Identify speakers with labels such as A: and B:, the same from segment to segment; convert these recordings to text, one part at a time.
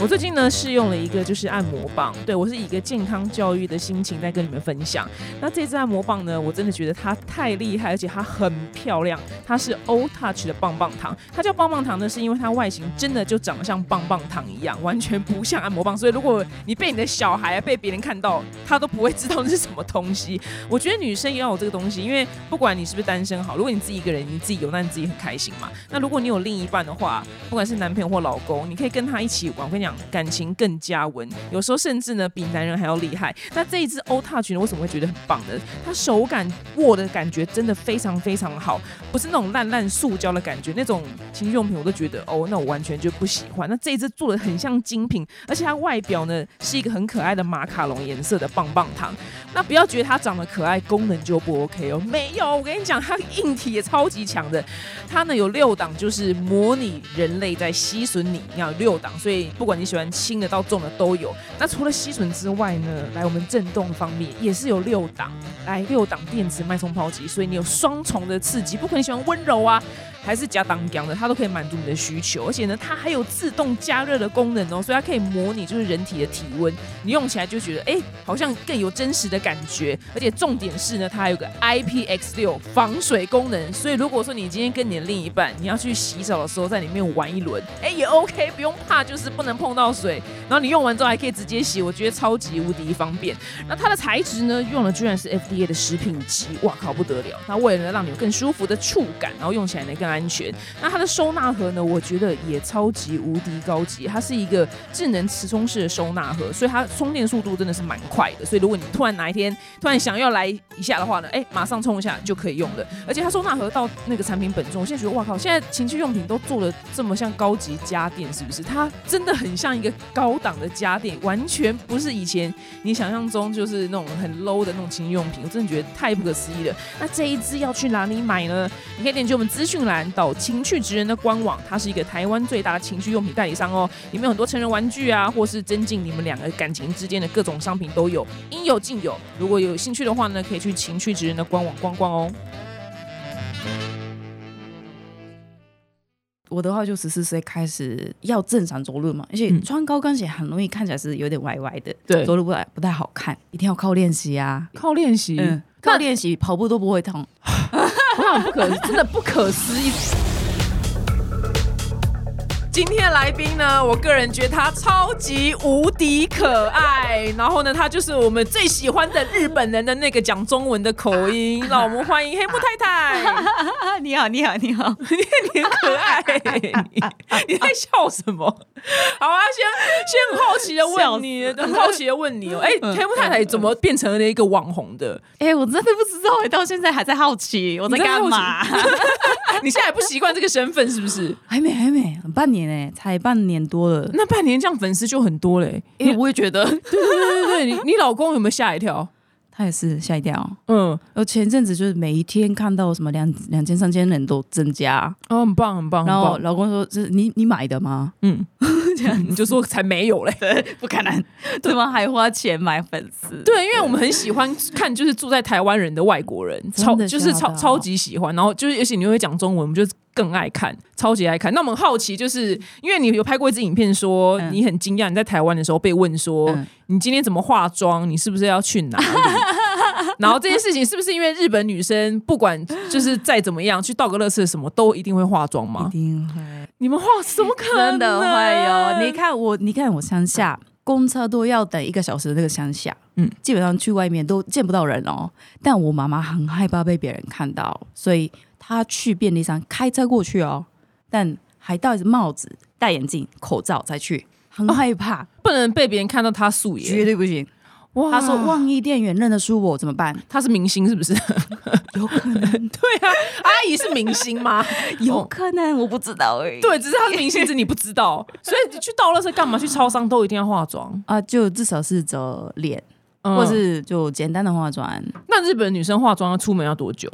A: 我最近呢试用了一个就是按摩棒，对我是以一个健康教育的心情在跟你们分享。那这支按摩棒呢，我真的觉得它太厉害，而且它很漂亮。它是 O Touch 的棒棒糖，它叫棒棒糖呢，是因为它外形真的就长得像棒棒糖一样，完全不像按摩棒。所以如果你被你的小孩啊被别人看到，他都不会知道那是什么东西。我觉得女生也要有这个东西，因为不管你是不是单身好，如果你自己一个人，你自己有，那你自己很开心嘛。那如果你有另一半的话，不管是男朋友或老公，你可以跟他一起玩。我跟你讲，感情更加温，有时候甚至呢比男人还要厉害。那这一支 O Touch 呢，为什么会觉得很棒呢？它手感握的感觉真的非常非常好，不是那种烂烂塑胶的感觉，那种情趣用品我都觉得哦，那我完全就不喜欢。那这一支做的很像精品，而且它外表呢是一个很可爱的马卡龙颜色的棒棒糖。那不要觉得它长得可爱，功能就不 OK 哦。没有，我跟你讲，它硬体也超级强的。它呢有六档，就是模拟人类在吸吮你，你要有六档，所以不管你喜欢轻的到重的都有。那除了吸吮之外呢，来我们震动方面也是有六档，来六档电池脉冲抛击，所以你有双重的刺激，不管你喜欢温柔啊。还是加当姜的，它都可以满足你的需求，而且呢，它还有自动加热的功能哦，所以它可以模拟就是人体的体温，你用起来就觉得哎、好像更有真实的感觉。而且重点是呢，它还有个 IPX 六防水功能，所以如果说你今天跟你的另一半你要去洗澡的时候，在里面玩一轮，哎、也 OK，不用怕，就是不能碰到水。然后你用完之后还可以直接洗，我觉得超级无敌方便。那它的材质呢，用的居然是 FDA 的食品级，哇靠，不得了！那为了让你有更舒服的触感，然后用起来呢更安全。那它的收纳盒呢，我觉得也超级无敌高级，它是一个智能磁充式的收纳盒，所以它充电速度真的是蛮快的。所以如果你突然哪一天突然想要来一下的话呢，哎、马上充一下就可以用了。而且它收纳盒到那个产品本身，我现在觉得哇靠，现在情趣用品都做的这么像高级家电，是不是？它真的很像一个高档的家电，完全不是以前你想象中就是那种很 low 的那种情趣用品，我真的觉得太不可思议了。那这一支要去哪里买呢？你可以点击我们资讯栏到情趣职人的官网，它是一个台湾最大的情趣用品代理商哦，里面有很多成人玩具啊，或是增进你们两个感情之间的各种商品都有，应有尽有。如果有兴趣的话呢，可以去情趣职人的官网逛逛哦。
B: 我的话就十四岁开始要正常走路嘛，而且
A: 嗯
B: 穿高跟鞋很容易看起来是有点歪歪的，
A: 对
B: 走路不太不太好看，一定要靠练习啊。
A: 靠练习，
B: 嗯，靠练习跑步都不会痛。
A: 哇，不可，真的不可思议。今天的来宾呢，我个人觉得他超级无敌可爱，然后呢，他就是我们最喜欢的日本人的那个讲中文的口音，让我们欢迎黑木太太，
B: 啊，你好，你好，你好。
A: 你很可爱，你你在笑什么？好啊，先先很好奇的问你，很好奇的问你哦，哎、黑木太太怎么变成了一个网红的？
B: 哎、我真的不知道，我到现在还在好奇我在干嘛。
A: 你现在还不习惯这个身份是不是？
B: 还没，还没，半年哎、才半年多了。
A: 那半年这样粉丝就很多嘞、
B: 哎、我也觉得，
A: 对对对对对，你你老公有没有吓一跳？
B: 他也是吓一跳。
A: 嗯，
B: 我前阵子就是每一天看到什么两两千、三千人都增加，
A: 哦，很棒很棒，
B: 然
A: 很
B: 后
A: 棒
B: 老公说：“这是你你买的吗？”
A: 嗯，你就说才没有嘞。
B: 不可能，怎么还花钱买粉丝？
A: 对，因为我们很喜欢看，就是住在台湾人的外国人，
B: 真
A: 超
B: 的
A: 就是
B: 吓
A: 超
B: 到
A: 超级喜欢，然后就是而且你会讲中文，我们就更爱看，超级爱看。那我们好奇，就是因为你有拍过一支影片说，
B: 嗯
A: 你很惊讶你在台湾的时候被问说，
B: 嗯
A: 你今天怎么化妆？你是不是要去哪里？然后这件事情是不是因为日本女生不管就是再怎么样去倒个乐色什么都一定会化妆吗
B: 一？定会，
A: 你们化怎么可能？
B: 真的会哦。你看我，你看我乡下，公车都要等一个小时的那个乡下，
A: 嗯
B: 嗯，基本上去外面都见不到人哦。但我妈妈很害怕被别人看到，所以她去便利商开车过去哦，但还戴着帽子、戴眼镜、口罩再去，很害怕，
A: 不能被别人看到她素
B: 绝
A: 颜。
B: 对不行。
A: 哇
B: 她说，万一店员认得出我怎么办？
A: 她是明星是不是？
B: 有可能，
A: 对啊， 阿姨是明星吗？
B: 有可能，我不知道而 已。
A: 对，只是她是明星，只是你不知道。所以去倒垃圾干嘛？去超商都一定要化妆，
B: 啊、就至少是遮脸。
A: 嗯
B: 或是就简单的化妆，啊，
A: 那日本女生化妆要出门要多久？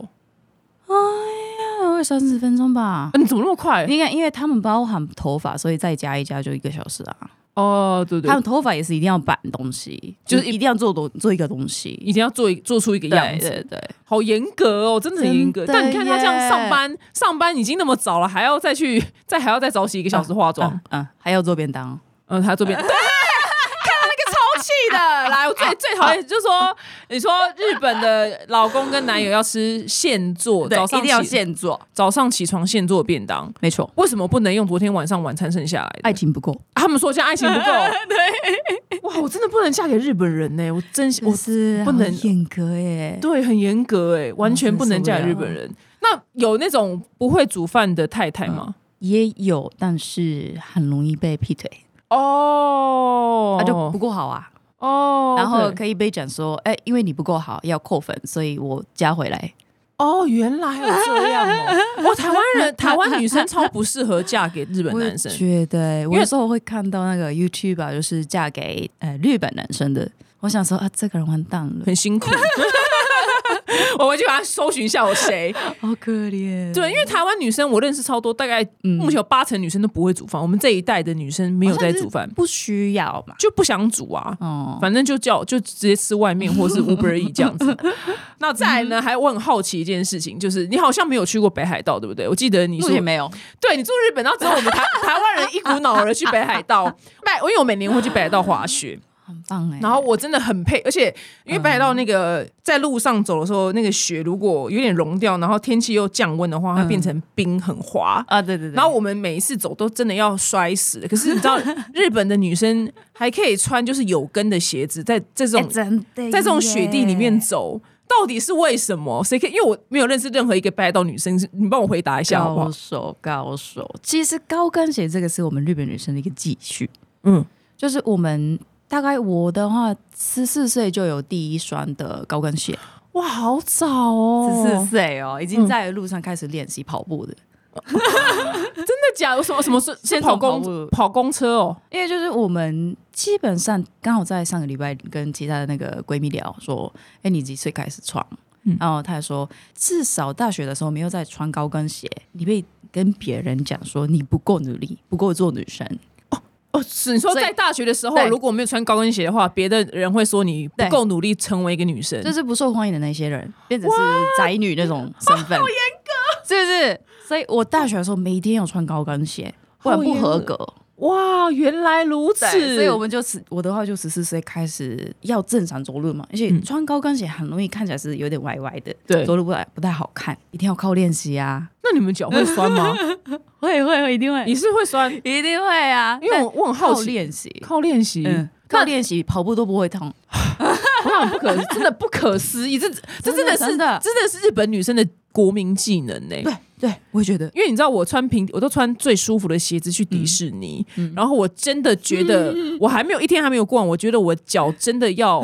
B: 二三十分钟吧。
A: 啊你怎么那么快？
B: 应该因为他们包含头发，所以再加一加就一个小时啊。
A: 哦，对
B: 他
A: 对
B: 们，头发也是一定要绑东西，
A: 就
B: 就是是一定要做多做一个东西。
A: 一定要做一做出一个样
B: 对
A: 子，
B: 对嗯对，
A: 好严格哦，真的很严格。
B: 真的
A: 但你看她这样
B: 耶
A: 上班，上班已经那么早了，还要再去，再还要再早起一个小时化妆。
B: 嗯，嗯还要做便当，
A: 嗯，他左 边。超气的，来，我最最讨厌就是说，你说日本的老公跟男友要吃现做，
B: 对
A: 早，
B: 一
A: 上
B: 定要
A: 起
B: 现做，
A: 早上起床现做的便当，
B: 没错，
A: 为什么不能用昨天晚上晚餐剩下来的？
B: 爱情不够，
A: 他们说像爱情不 够，对，哇，我真的不能嫁给日本人呢、我真我
B: 是哦
A: 不能
B: 好哦严格耶，
A: 对很严格哎、完全不能嫁给日本人。那有那种不会煮饭的太太吗？
B: 也有，但是很容易被劈腿，
A: 哦，
B: 嗯啊，就不够好啊，
A: 哦，
B: 然后
A: OK
B: 可以被讲说，哎，因为你不够好，要扣分，所以我加回来，
A: 哦，原来还有这样 哦！我台湾人，台湾女生超不适合嫁给日本
B: 我
A: 男生。
B: 觉得，欸我
A: 为
B: 有时候会看到那个 YouTube 啊，就是嫁给呃日本男生的，我想说啊，这个人完蛋 了，
A: 很辛苦。我回去把它搜寻一下我谁。
B: 好可怜。
A: 对，因为台湾女生我认识超多，大概
B: 嗯
A: 目前有八成女生都不会煮饭。我们这一代的女生没有在煮饭，
B: 不需要嘛。
A: 就不想煮啊。
B: 哦，
A: 反正就叫就直接吃外面或是 Uber E 这样 子。那再来
B: 嗯
A: 呢，还我很好奇一件事情，就是你好像没有去过北海道，对不对？我记得你
B: 目
A: 说
B: 前没有。
A: 对你住日本，然后之后我们台 台湾人一股脑儿的去北海道，拜，因为我每年会去北海道滑雪，
B: 很棒哎、
A: 然后我真的很佩，而且因为北海道那个在路上走的时候，那个雪如果有点融掉，然后天气又降温的话，它变成冰很滑。
B: 啊，对对对，
A: 然后我们每一次走都真的要摔死，可是你知道日本的女生还可以穿就是有跟的鞋子，在在这
B: 哎
A: 种
B: 真的耶
A: 在这种雪地里面走，到底是为什么？谁可以？因为我没有认识任何一个北海道女生，你帮我回答一下好不好
B: 高？手高手，其实高跟鞋这个是我们日本女生的一个技术，
A: 嗯，
B: 就是我们大概我的话，十四岁就有第一双的高跟鞋，
A: 哇，好早
B: 十
A: 哦！
B: 四岁哦，已经在路上开始练习跑步的。
A: 真的假的？什么什么是是
B: 先
A: 跑
B: 从跑
A: 公
B: 步
A: 跑公车哦？
B: 因为就是我们基本上刚好在上个礼拜跟其他的那个闺蜜聊说，哎、你几岁开始穿？
A: 嗯
B: 然后她还说，至少大学的时候没有在穿高跟鞋，你被跟别人讲说你不够努力，不够做女生，
A: 哦，是你说
B: 所以
A: 在大学的时候，
B: 对
A: 如果没有穿高跟鞋的话，别的人会说你不
B: 对
A: 够努力成为一个女生。
B: 就是不受欢迎的那些人，变成是宅女那种身份， 好严格，是不是？所以我大学的时候每天有穿高跟鞋，不然不合格。
A: 哇，原来如此。
B: 对，所以我们就十我的话就十四岁开始要正常走路嘛，而且
A: 嗯
B: 穿高跟鞋很容易看起来是有点歪歪的，
A: 对
B: 走路不太不太好看，一定要靠练习啊。
A: 那你们脚会酸 吗？
B: 会会会，一定会
A: 你是会酸？
B: 一定会啊，
A: 因为我我很
B: 但
A: 好
B: 靠
A: 奇，
B: 练习，
A: 靠练习，
B: 嗯，靠练习跑步都不会痛，
A: 我想不可，真的不可思议，这这真的是
B: 真的
A: 真的是日本女生的国民技能呢、
B: 对对，我也觉得
A: 因为你知道，我穿平，我都穿最舒服的鞋子去迪士尼，然后我真的觉得，我还没有一天还没有逛，我觉得我脚真的 要，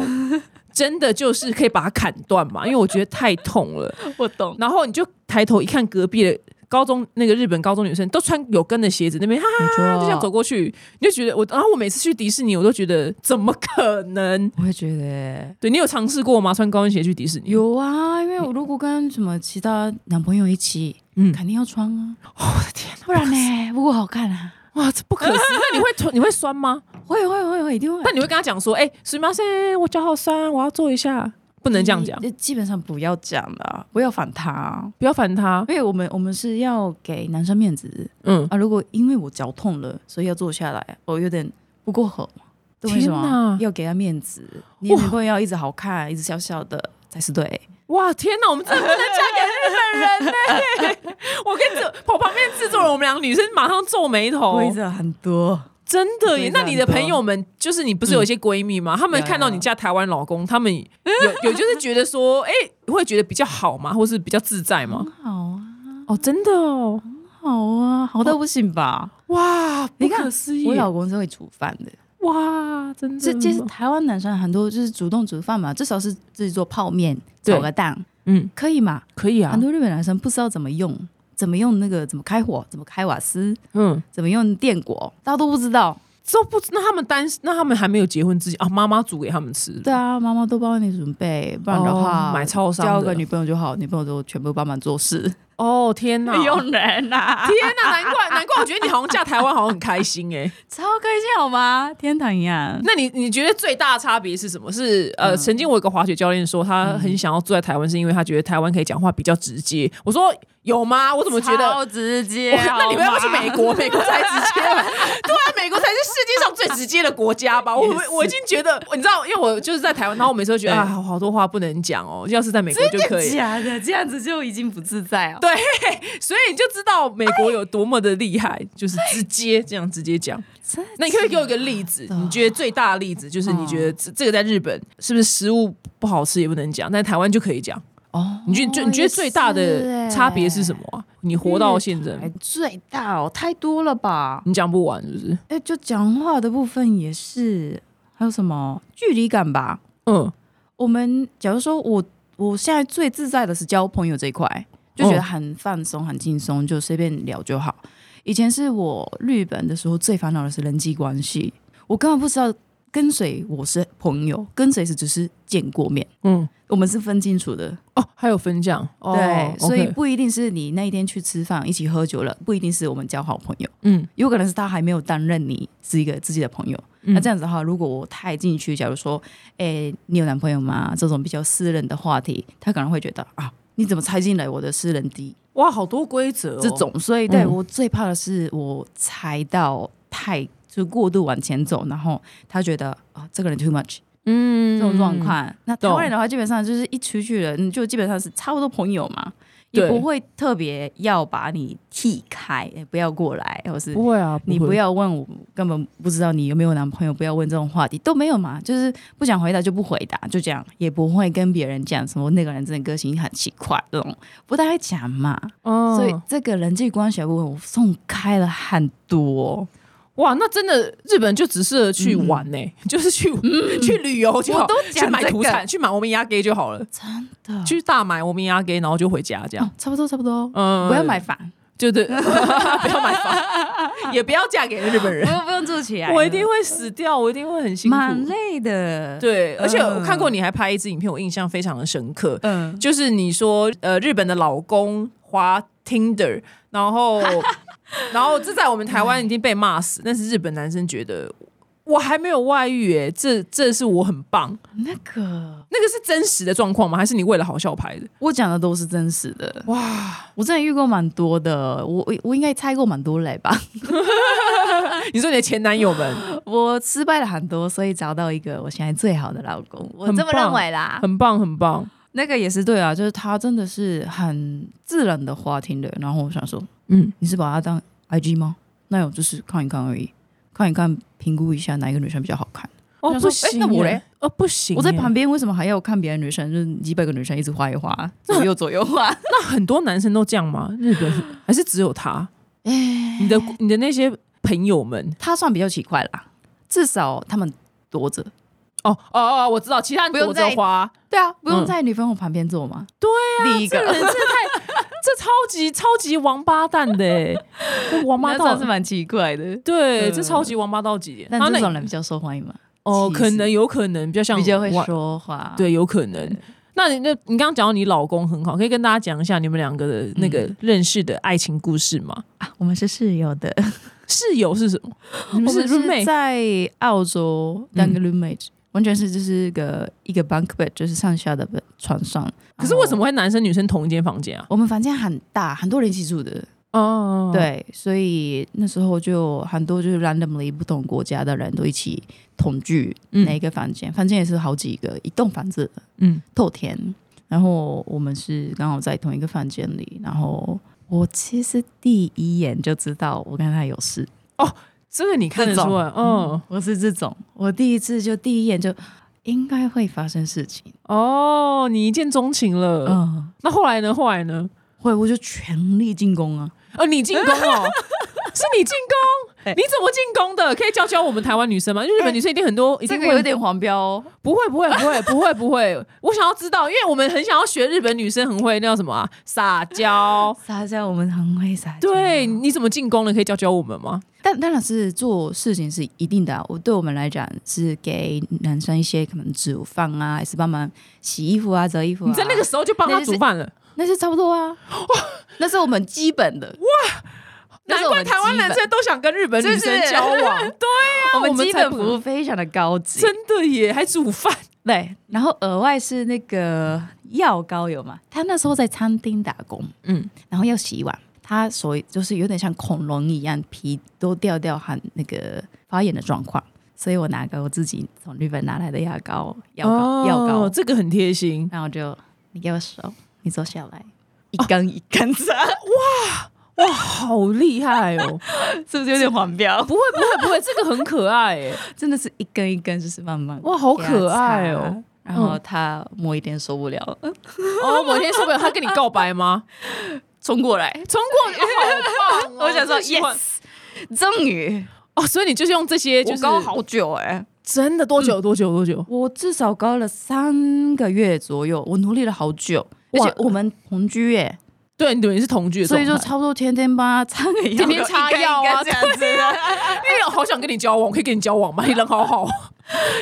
A: 真的就是可以把它砍断嘛，因为我觉得太痛 了。
B: 我懂，
A: 然后你就抬头一看，隔壁的高中那个日本高中女生都穿有跟的鞋子，那边哈
B: 没
A: 哈，
B: 错，
A: 就这样走，过去，你就觉得我，然后我每次去迪士尼，我都觉得怎么可能？
B: 我也觉得。
A: 对你有尝试过吗？穿高跟鞋去迪士尼？
B: 有啊，因为我如果跟什么其他男朋友一起，
A: 嗯哦
B: 嗯，肯定要穿啊，
A: 我的天
B: 不然呢，不够好看啊。
A: 哪，哇，这不可思议！ 那你会你会酸吗？
B: 会会会会，一 定会。
A: 那你会跟他讲说，哎、水马先，我脚好酸，我要做一
B: 嗯
A: 下，不能这样讲，
B: 基基本上不要讲了，啊不要反他、啊
A: 不要烦他。
B: 因为我们我们是要给男生面子
A: 嗯，
B: 啊。如果因为我脚痛了，所以要坐下来，我有点不够好嘛。懂我意思
A: 天哪
B: 吗？要给他面子，你女朋友要一直好看，一直笑笑的才是对。
A: 哇，天哪，我们真的不能嫁给日本人呢、 我跟着我旁边制作人，我们两个女生马上皱眉头，
B: 规则很多，
A: 真的耶
B: 规。则
A: 那
B: 很嗯
A: 你的朋友们，就是你不是有一些闺蜜吗？她们
B: 有有
A: 看到你嫁台湾老公，她们 有有就是觉得说，哎、会觉得比较好吗？或是比较自在吗？
B: 好啊，
A: 哦，真的哦，
B: 好啊，好到不行吧？
A: 哇，不
B: 你看
A: 可思议
B: 我，老公是会煮饭的，
A: 哇，嗯真的，
B: 这其实台湾男生很多就是主动煮饭嘛，至少是自己做泡面，
A: 对
B: 炒个蛋，
A: 嗯，
B: 可以嘛？
A: 可以啊
B: 很，多日本男生不知道怎么用，怎么用那个怎么开火，怎么开瓦斯，
A: 嗯。
B: 怎么用电锅，大家都不知道。
A: 都不知那他们单那他们还没有结婚之前啊，妈妈煮给他们吃，
B: 对啊，妈妈都帮你准备，不然的话、
A: 哦买超商的
B: 交个女朋友就好，女朋友都全部帮忙做事。
A: 哦天哪！
B: 用人啊，
A: 天哪，难怪难怪，我觉得你好像嫁台湾好像很开心 哎、
B: 超开心好吗？天堂一样。
A: 那你你觉得最大的差别是什么？是
B: 嗯
A: 呃，曾经我有个滑雪教练说，他很想要住在台湾，是因为他觉得台湾可以讲话比较直接。我说有吗？我怎么觉得？
B: 超直接？
A: 我那你们要不要去美
B: 好吗？
A: 国？美国才直接 吧，对啊，美国才是世界上最直接的国家吧？我
B: 也是
A: 我已经觉得，你知道，因为我就是在台湾，然后我每次都觉得
B: 对
A: 啊，好好多话不能讲哦，要是在美国就可以。
B: 假的，这样子就已经不自在哦。
A: 对，所以你就知道美国有多么的厉害，就是直接这样直接讲。
B: 真的
A: 那你可不可以给我一个例子，
B: 的
A: 你觉得最大的例子就是你觉得这这个在日本是不是食物不好吃也不能讲，但台湾就可以讲？
B: 哦，
A: 你觉得就你觉得最大的差别是什么啊？你活到现在，
B: 哎？最大哦，太多了吧？
A: 你讲不完是不是？
B: 哎，就讲话的部分也是，还有什么距离感吧？
A: 嗯，
B: 我们假如说我我现在最自在的是交朋友这一块，就觉得
A: 哦
B: 很放松、很轻松，就随便聊就好。以前是我日本的时候最烦恼的是人际关系，我根本不知道跟谁我是朋友，跟谁是只是见过面，
A: 嗯，
B: 我们是分清楚的。
A: 哦，还有分酱，哦
B: 对，所以
A: OK
B: 不一定是你那一天去吃饭一起喝酒了，不一定是我们交好朋友，
A: 嗯
B: 有可能是他还没有担任你是一个自己的朋友。
A: 嗯
B: 啊那这样子的话，如果我太进去，假如说，哎、你有男朋友吗？这种比较私人的话题，他可能会觉得啊，你怎么插进来我的私人地
A: 哇，好多规则哦
B: 这种？所以对、
A: 嗯
B: 我最怕的是我猜到太就是过度往前走，然后他觉得啊，这个人 too much
A: 嗯
B: 这种状，况。那台
A: 懂
B: 湾人的话，基本上就是一出去了，你就基本上是差不多朋友嘛。
A: 对
B: 也不会特别要把你踢开，哎不要过来，或是
A: 不会啊，
B: 你不
A: 会
B: 要问我，根本不知道你有没有男朋友，不要问这种话题，都没有嘛，就是不想回答就不回答，就这样，也不会跟别人讲什么那个人真的个性很奇怪这种，不太会讲嘛。
A: 哦
B: 所以这个人际关系的部分，我送开了很多，
A: 哇，那真的日本就只适合去玩呢、 就是去、去旅游就好
B: 嗯我都，讲
A: 去买
B: 这个
A: 土产，去买欧米亚给就好了，
B: 真的，
A: 去大买欧米亚给，然后就回家这样
B: 哦。差不多差不多，
A: 嗯
B: 不要 买，房，
A: 就 对，不要买房，也不要嫁给日本
B: 不
A: 人，
B: 用不用住起来了，
A: 我一定会死掉，我一定会很辛苦。
B: 哎蛮累的，，
A: 对，而且我
B: 嗯
A: 看过你还拍一支影片，我印象非常的深刻，
B: 嗯，
A: 就是你说呃日本的老公滑 Tinder，然 后然后这在我们台湾已经被骂死，但是日本男生觉得我还没有外遇、欸，这这是我很棒，
B: 那个
A: 那个是真实的状况吗？还是你为了好笑拍的？
B: 我讲的都是真实的，
A: 哇，
B: 我真的遇过蛮多的，我我我应该猜过蛮多雷吧。
A: 你说你的前男友 们
B: 我失败了很多，所以找到一个我现在最好的老 公，我
A: 很
B: 这
A: 棒
B: 么认为啦。
A: 很棒很棒，
B: 那个也是对啊，就是他真的是很自然的滑听的。然后我想说，
A: 嗯，
B: 你是把他当 IG 吗？那我就是看一看而已，看一看，评估一下哪一个女生比较好看。
A: 哦
B: 我想
A: 不
B: 说
A: 行、
B: 哎那我
A: 欸
B: 嘞，
A: 哦不行欸、
B: 我在旁边为什么还要看别的女生？就是几百个女生一直画一 画，左右左右画。
A: 那很多男生都这样吗？日 本还是只有他？你的你的那些朋友们，
B: 哎他算比较奇怪啦，至少他们躲着。
A: 哦哦哦，我知道，其他人
B: 不用
A: 躲着
B: 在
A: 花，
B: 对啊，不
A: 嗯
B: 用在女朋友旁边坐嘛。
A: 对
B: 啊，第一
A: 这人
B: 个
A: 这 太这超级超级王八蛋的欸， 这王八
B: 那算
A: 蛋
B: 是蛮奇怪的。
A: 对，
B: 嗯
A: 这超级王八到极点。
B: 但
A: 然后
B: 这
A: 那
B: 种人比较受欢迎嘛？
A: 哦，
B: 气
A: 可
B: 死
A: 能有可能比较像
B: 比较会
A: 玩，
B: 说话。，
A: 对，有可能。那你那你刚刚讲到你老公很好，可以跟大家讲一下你们两个的那个
B: 嗯
A: 认识的爱情故事吗？
B: 啊，我们是室友 的，
A: 室友是什么？你
B: 我
A: 们是
B: 们
A: roommate
B: 是在澳洲
A: 嗯
B: 当个 roommate，、完全是就是个一个 bunk bed，就是上下的床上。
A: 可是为什
B: 然后
A: 么会男生女生同一间房间啊？
B: 我们房间很大，很多人一起住的？
A: 哦，
B: 对，所以那时候就很多就是 randomly 不同国家的人都一起同居
A: 嗯
B: 那一个房间，房间也是好几个一栋房子。
A: 嗯，
B: 透天，然后我们是刚好在同一个房间里，然后我其实第一眼就知道我跟他有事，
A: 这个你看得
B: 这种
A: 出来，嗯，
B: 我是这种，我第一次就第一眼就应该会发生事情，
A: 哦，你一见钟情了。
B: 嗯，
A: 那后来呢？后来呢？
B: 会我就全力进攻啊，
A: 哦，你进攻 哦，是你进攻
B: 对，
A: 你怎么进攻的？可以教教我们台湾女生吗？因为日本女生一定很多，一
B: 这
A: 定
B: 个
A: 会
B: 有点黄标哦，
A: 不会不会不会不会不会， 我想要知道，因为我们很想要学日本女生很会那叫什么啊，撒娇。
B: 撒娇我们很会撒娇，
A: 对，你怎么进攻的？可以教教我们吗？
B: 但当然是做事情是一定的、啊，我对我们来讲是给男生一些可能煮饭啊，还是帮忙洗衣服啊、折衣服啊，
A: 你在那个时候就帮她煮饭了，
B: 那是差不多啊，那是我们基本的哇。那
A: 难
B: 是我
A: 怪
B: 们
A: 台湾
B: 基本
A: 男生都想跟日本女
B: 是
A: 生
B: 不是
A: 交往，啊
B: 我
A: 我
B: 们
A: 们
B: 基
A: 才
B: 本
A: 不
B: 服务非常的高级，
A: 真的耶，还煮饭。
B: 对。然后额外是那个药膏有吗？他那时候在餐厅打工，
A: 嗯，
B: 然后要洗碗，他所以就是有点像恐龙一样，皮都掉掉和那个发炎的状况。所以我拿个我自己从日本拿来的牙膏，药膏，药膏
A: 哦，这个很贴心。
B: 然后就你给我手，你坐下
A: 哦
B: 来，一根一根擦，
A: 哇，好厉害哦！
B: 是不是有点黄标？
A: 不会，不会，不会，这个很可爱耶。
B: 真的是一根一根，就是慢慢
A: 哇，好可爱哦！！
B: 然后他某一天受不了，了，
A: 哦，某天受不了，他跟你告白吗？
B: 冲过来，
A: 冲过你， 好棒哦！
B: 我想说
A: 最喜欢
B: yes，终于，
A: 哦，所以你就是用这些，就是
B: 我高好久哎、
A: 真的多久？多久？多久？
B: 我至少高了三个月左右，我努力了好久，而
A: 哇
B: 且我们同居耶，
A: 对，你等于是同居的
B: 所
A: 状
B: 以
A: 态，
B: 就差不多天天帮他擦个药，
A: 天天擦 药啊
B: 一根一根这样子啊，
A: 哎呀，好想跟你交往，可以跟你交往吗？ 你人好好，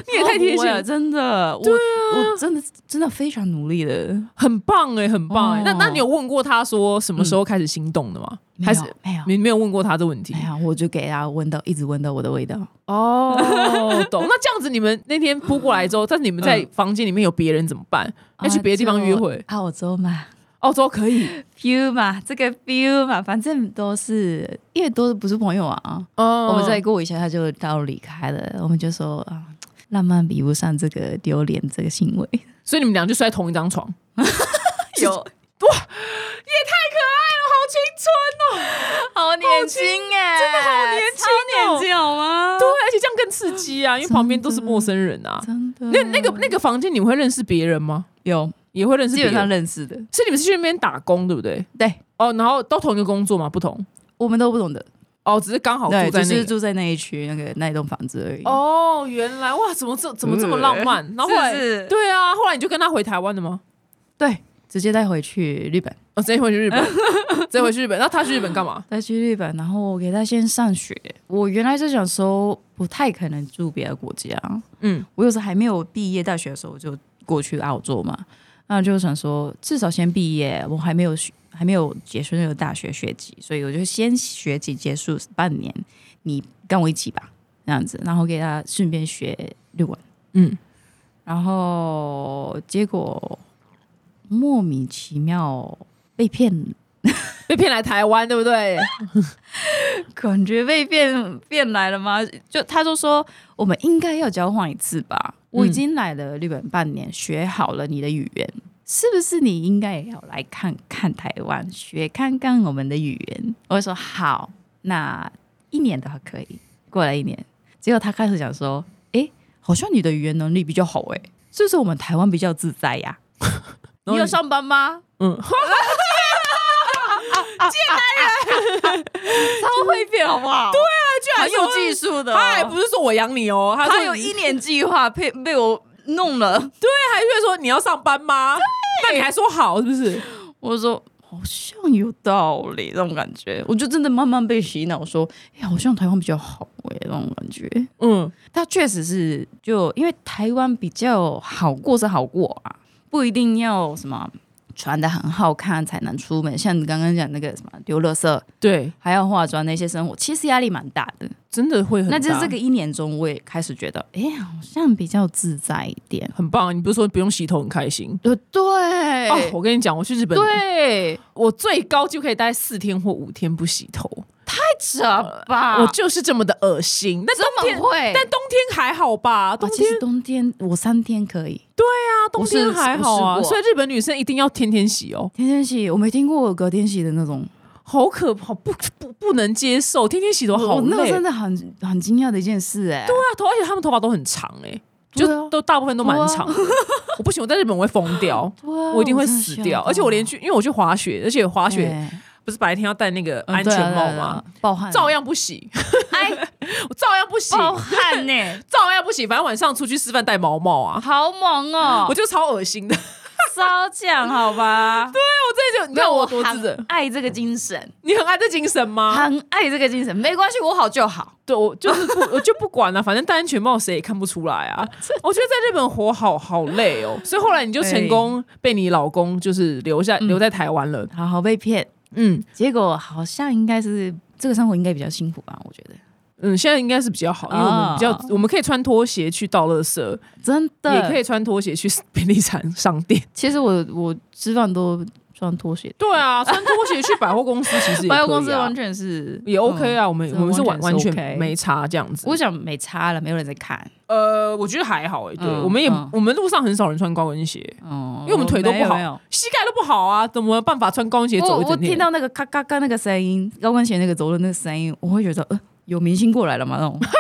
A: 你也太贴心
B: 好不
A: 了
B: 会，啊真的，我、我真的真的非常努力的，
A: 很棒哎、很棒哎、
B: 哦
A: 那那你有问过他说什么时候开始心动的吗？还是
B: 没有。没有
A: 嗯你没有问过他这问题
B: 没？有，我就给他闻到，一直闻到我的味道。
A: 哦， 懂。那这样子，你们那天扑过来之后，但是你们在房间里面有别人怎么办？要去别的地方约会？
B: 啊就澳洲嘛
A: 澳洲可以
B: ，feel 嘛，这个 feel 嘛，反正都是，因为都不是朋友啊。
A: 哦
B: 我们再过一下，他就到离开了。我们就说啊，浪漫比不上这个丢脸这个行 为。
A: 所以你们俩就睡在同一张床，
B: 有
A: 哇，也太可爱了，好青春哦！
B: 好年轻哎，真的好
A: 年轻哦
B: 年轻好吗
A: 对，？而且这样更刺激啊，因为旁边都是陌生人啊。
B: 真的，
A: 那那个那个房间，你们会认识别人吗？
B: 有
A: 也会认识
B: 基
A: 别
B: 本上
A: 人，
B: 认识的，
A: 是你们是去那边打工，对不对？
B: 对
A: 哦，然后都同一个工作吗？不同
B: 我们都不懂得，
A: 哦，只是刚好住在
B: 对，
A: 那
B: 只
A: 个。
B: 是住在那一区那个那一栋房子而已。
A: 哦，原来哇，怎么这怎么这么浪漫？然后后来
B: 嗯是不是
A: 对啊，后来你就跟他回台湾了吗？
B: 对，直接带回去日本，
A: 哦，直接回去日 本，直接回去日本。那他去日本干嘛？
B: 带去日本，然后我给他先上学。我原来就想说，不太可能住别的国家，
A: 嗯，
B: 我有时还没有毕业大学的时候，我就过去澳洲嘛。那就想说，至少先毕业，我还没有学，还没有结束那个大学学籍，所以我就先学籍结束半年，你跟我一起吧，这样子，然后给他顺便学日文，
A: 嗯，
B: 然后结果莫名其妙被骗，
A: 被骗来台湾，对不对？
B: 感觉被骗骗来了吗？就他就说我们应该要交换一次吧。我已经来了日本半年，学好了你的语言，是不是你应该也要来看看台湾，学看看我们的语言？我就说好，那一年的话可以过来一年。结果他开始讲说，诶，好像你的语言能力比较好、诶，是不是我们台湾比较自在呀、
A: 然后
B: 你有
A: 你
B: 上班吗？
A: 嗯，
B: 超会变好不好？对啊，居
A: 然
B: 很有技术的哦、
A: 他还不是说我养你哦，他
B: 他
A: 说
B: 有
A: 你
B: 一年计划被被我弄了，
A: 他还会说你要上班吗？那你还说好是不是？
B: 我说好像有道理，这种感觉，我就真的慢慢被洗脑，说哎、好像台湾比较好哎、这种感觉。
A: 嗯，
B: 他确实是就因为台湾比较好过是好过啊，不一定要什么穿的很好看才能出门，像你刚刚讲那个什么丢垃圾
A: 对，
B: 还要化妆那些生活，其实压力蛮大的。
A: 真的会很
B: 那
A: 大。
B: 就是这个一年中，我也开始觉得，哎、好像比较自在一点。
A: 很棒，你不是说不用洗头很开心？
B: 呃，对，
A: 哦，我跟你讲，我去日本，
B: 对，啊
A: 我最高就可以待四天或五天不洗头，
B: 什吧？
A: 我就是这么的恶心。那冬
B: 啊这
A: 天
B: 么会，
A: 但冬天还好吧？冬
B: 啊，其
A: 天
B: 实冬天我三天可以，
A: 啊，冬天
B: 我是
A: 还好啊。
B: 我试过
A: 所以日本女生一定要天天洗哦，
B: 天天洗，我没听过有隔天洗的那种，
A: 好可怕，不不不能接受，天天洗头哦好
B: 我那个
A: 累。
B: 真的很很惊讶的一件事哎、
A: 对啊，头而且他们头发都很长哎、
B: 对啊
A: 就都大部分都蛮
B: 对啊
A: 长的。 我不行，我在日本我会疯掉。
B: 对啊
A: 我一定会死掉，而且我连去，因为我去滑雪，而且滑
B: 滑
A: 雪不是白天要戴那个安全帽吗？，
B: 哎嗯嗯对啊对啊对啊哦暴汗，
A: 照样不洗，
B: 哎，
A: 我照样不洗，
B: 暴汗呢、
A: 欸照样不洗，反正晚上出去吃饭戴毛帽啊，
B: 好猛哦
A: 我！就超恶心的。
B: 烧酱，好吧？对，
A: 这就你看啊我多自
B: 很
A: 责，
B: 爱这个精神，
A: 你很爱这精神吗？
B: 很爱这个精神，没关系，我好就好。
A: 对，我就是不，我就不管了、反正戴安全帽谁也看不出来 啊。我觉得在日本活好好累哦，所以后来你就成功
B: 哎
A: 被你老公就是留下、
B: 嗯
A: 留在台湾了。
B: 好好被骗，
A: 嗯
B: 结果好像应该是这个生活应该比较辛苦吧？我觉得
A: 嗯，现在应该是比较好，因为我们比较、
B: 哦
A: 我们可以穿拖鞋去倒垃圾，
B: 真的
A: 也可以。穿拖鞋去 便利商商店。
B: 其实我我吃饭都穿拖鞋，
A: 对啊，穿拖鞋 去百货公司其实也可以啊
B: 百货公司完全是
A: 也 OK
B: 啊。
A: 啊，我们
B: 这
A: 我们是完完
B: 完全是
A: 全
B: OK
A: 没差这样子。
B: 我想没差了，没有人在看。
A: 呃，我觉得还好哎、对、
B: 嗯
A: 我们也、
B: 嗯
A: 我们路上很少人穿高跟鞋，
B: 哦，
A: 因为我们腿都不好
B: 没有
A: 膝盖都不好啊，怎么有办法穿高跟鞋
B: 没有
A: 走
B: 我
A: 一
B: 我
A: 整天？
B: 听到那个咔咔咔那个声音，高跟鞋那个走路那个声音，我会觉得呃，有明星过来了吗？那种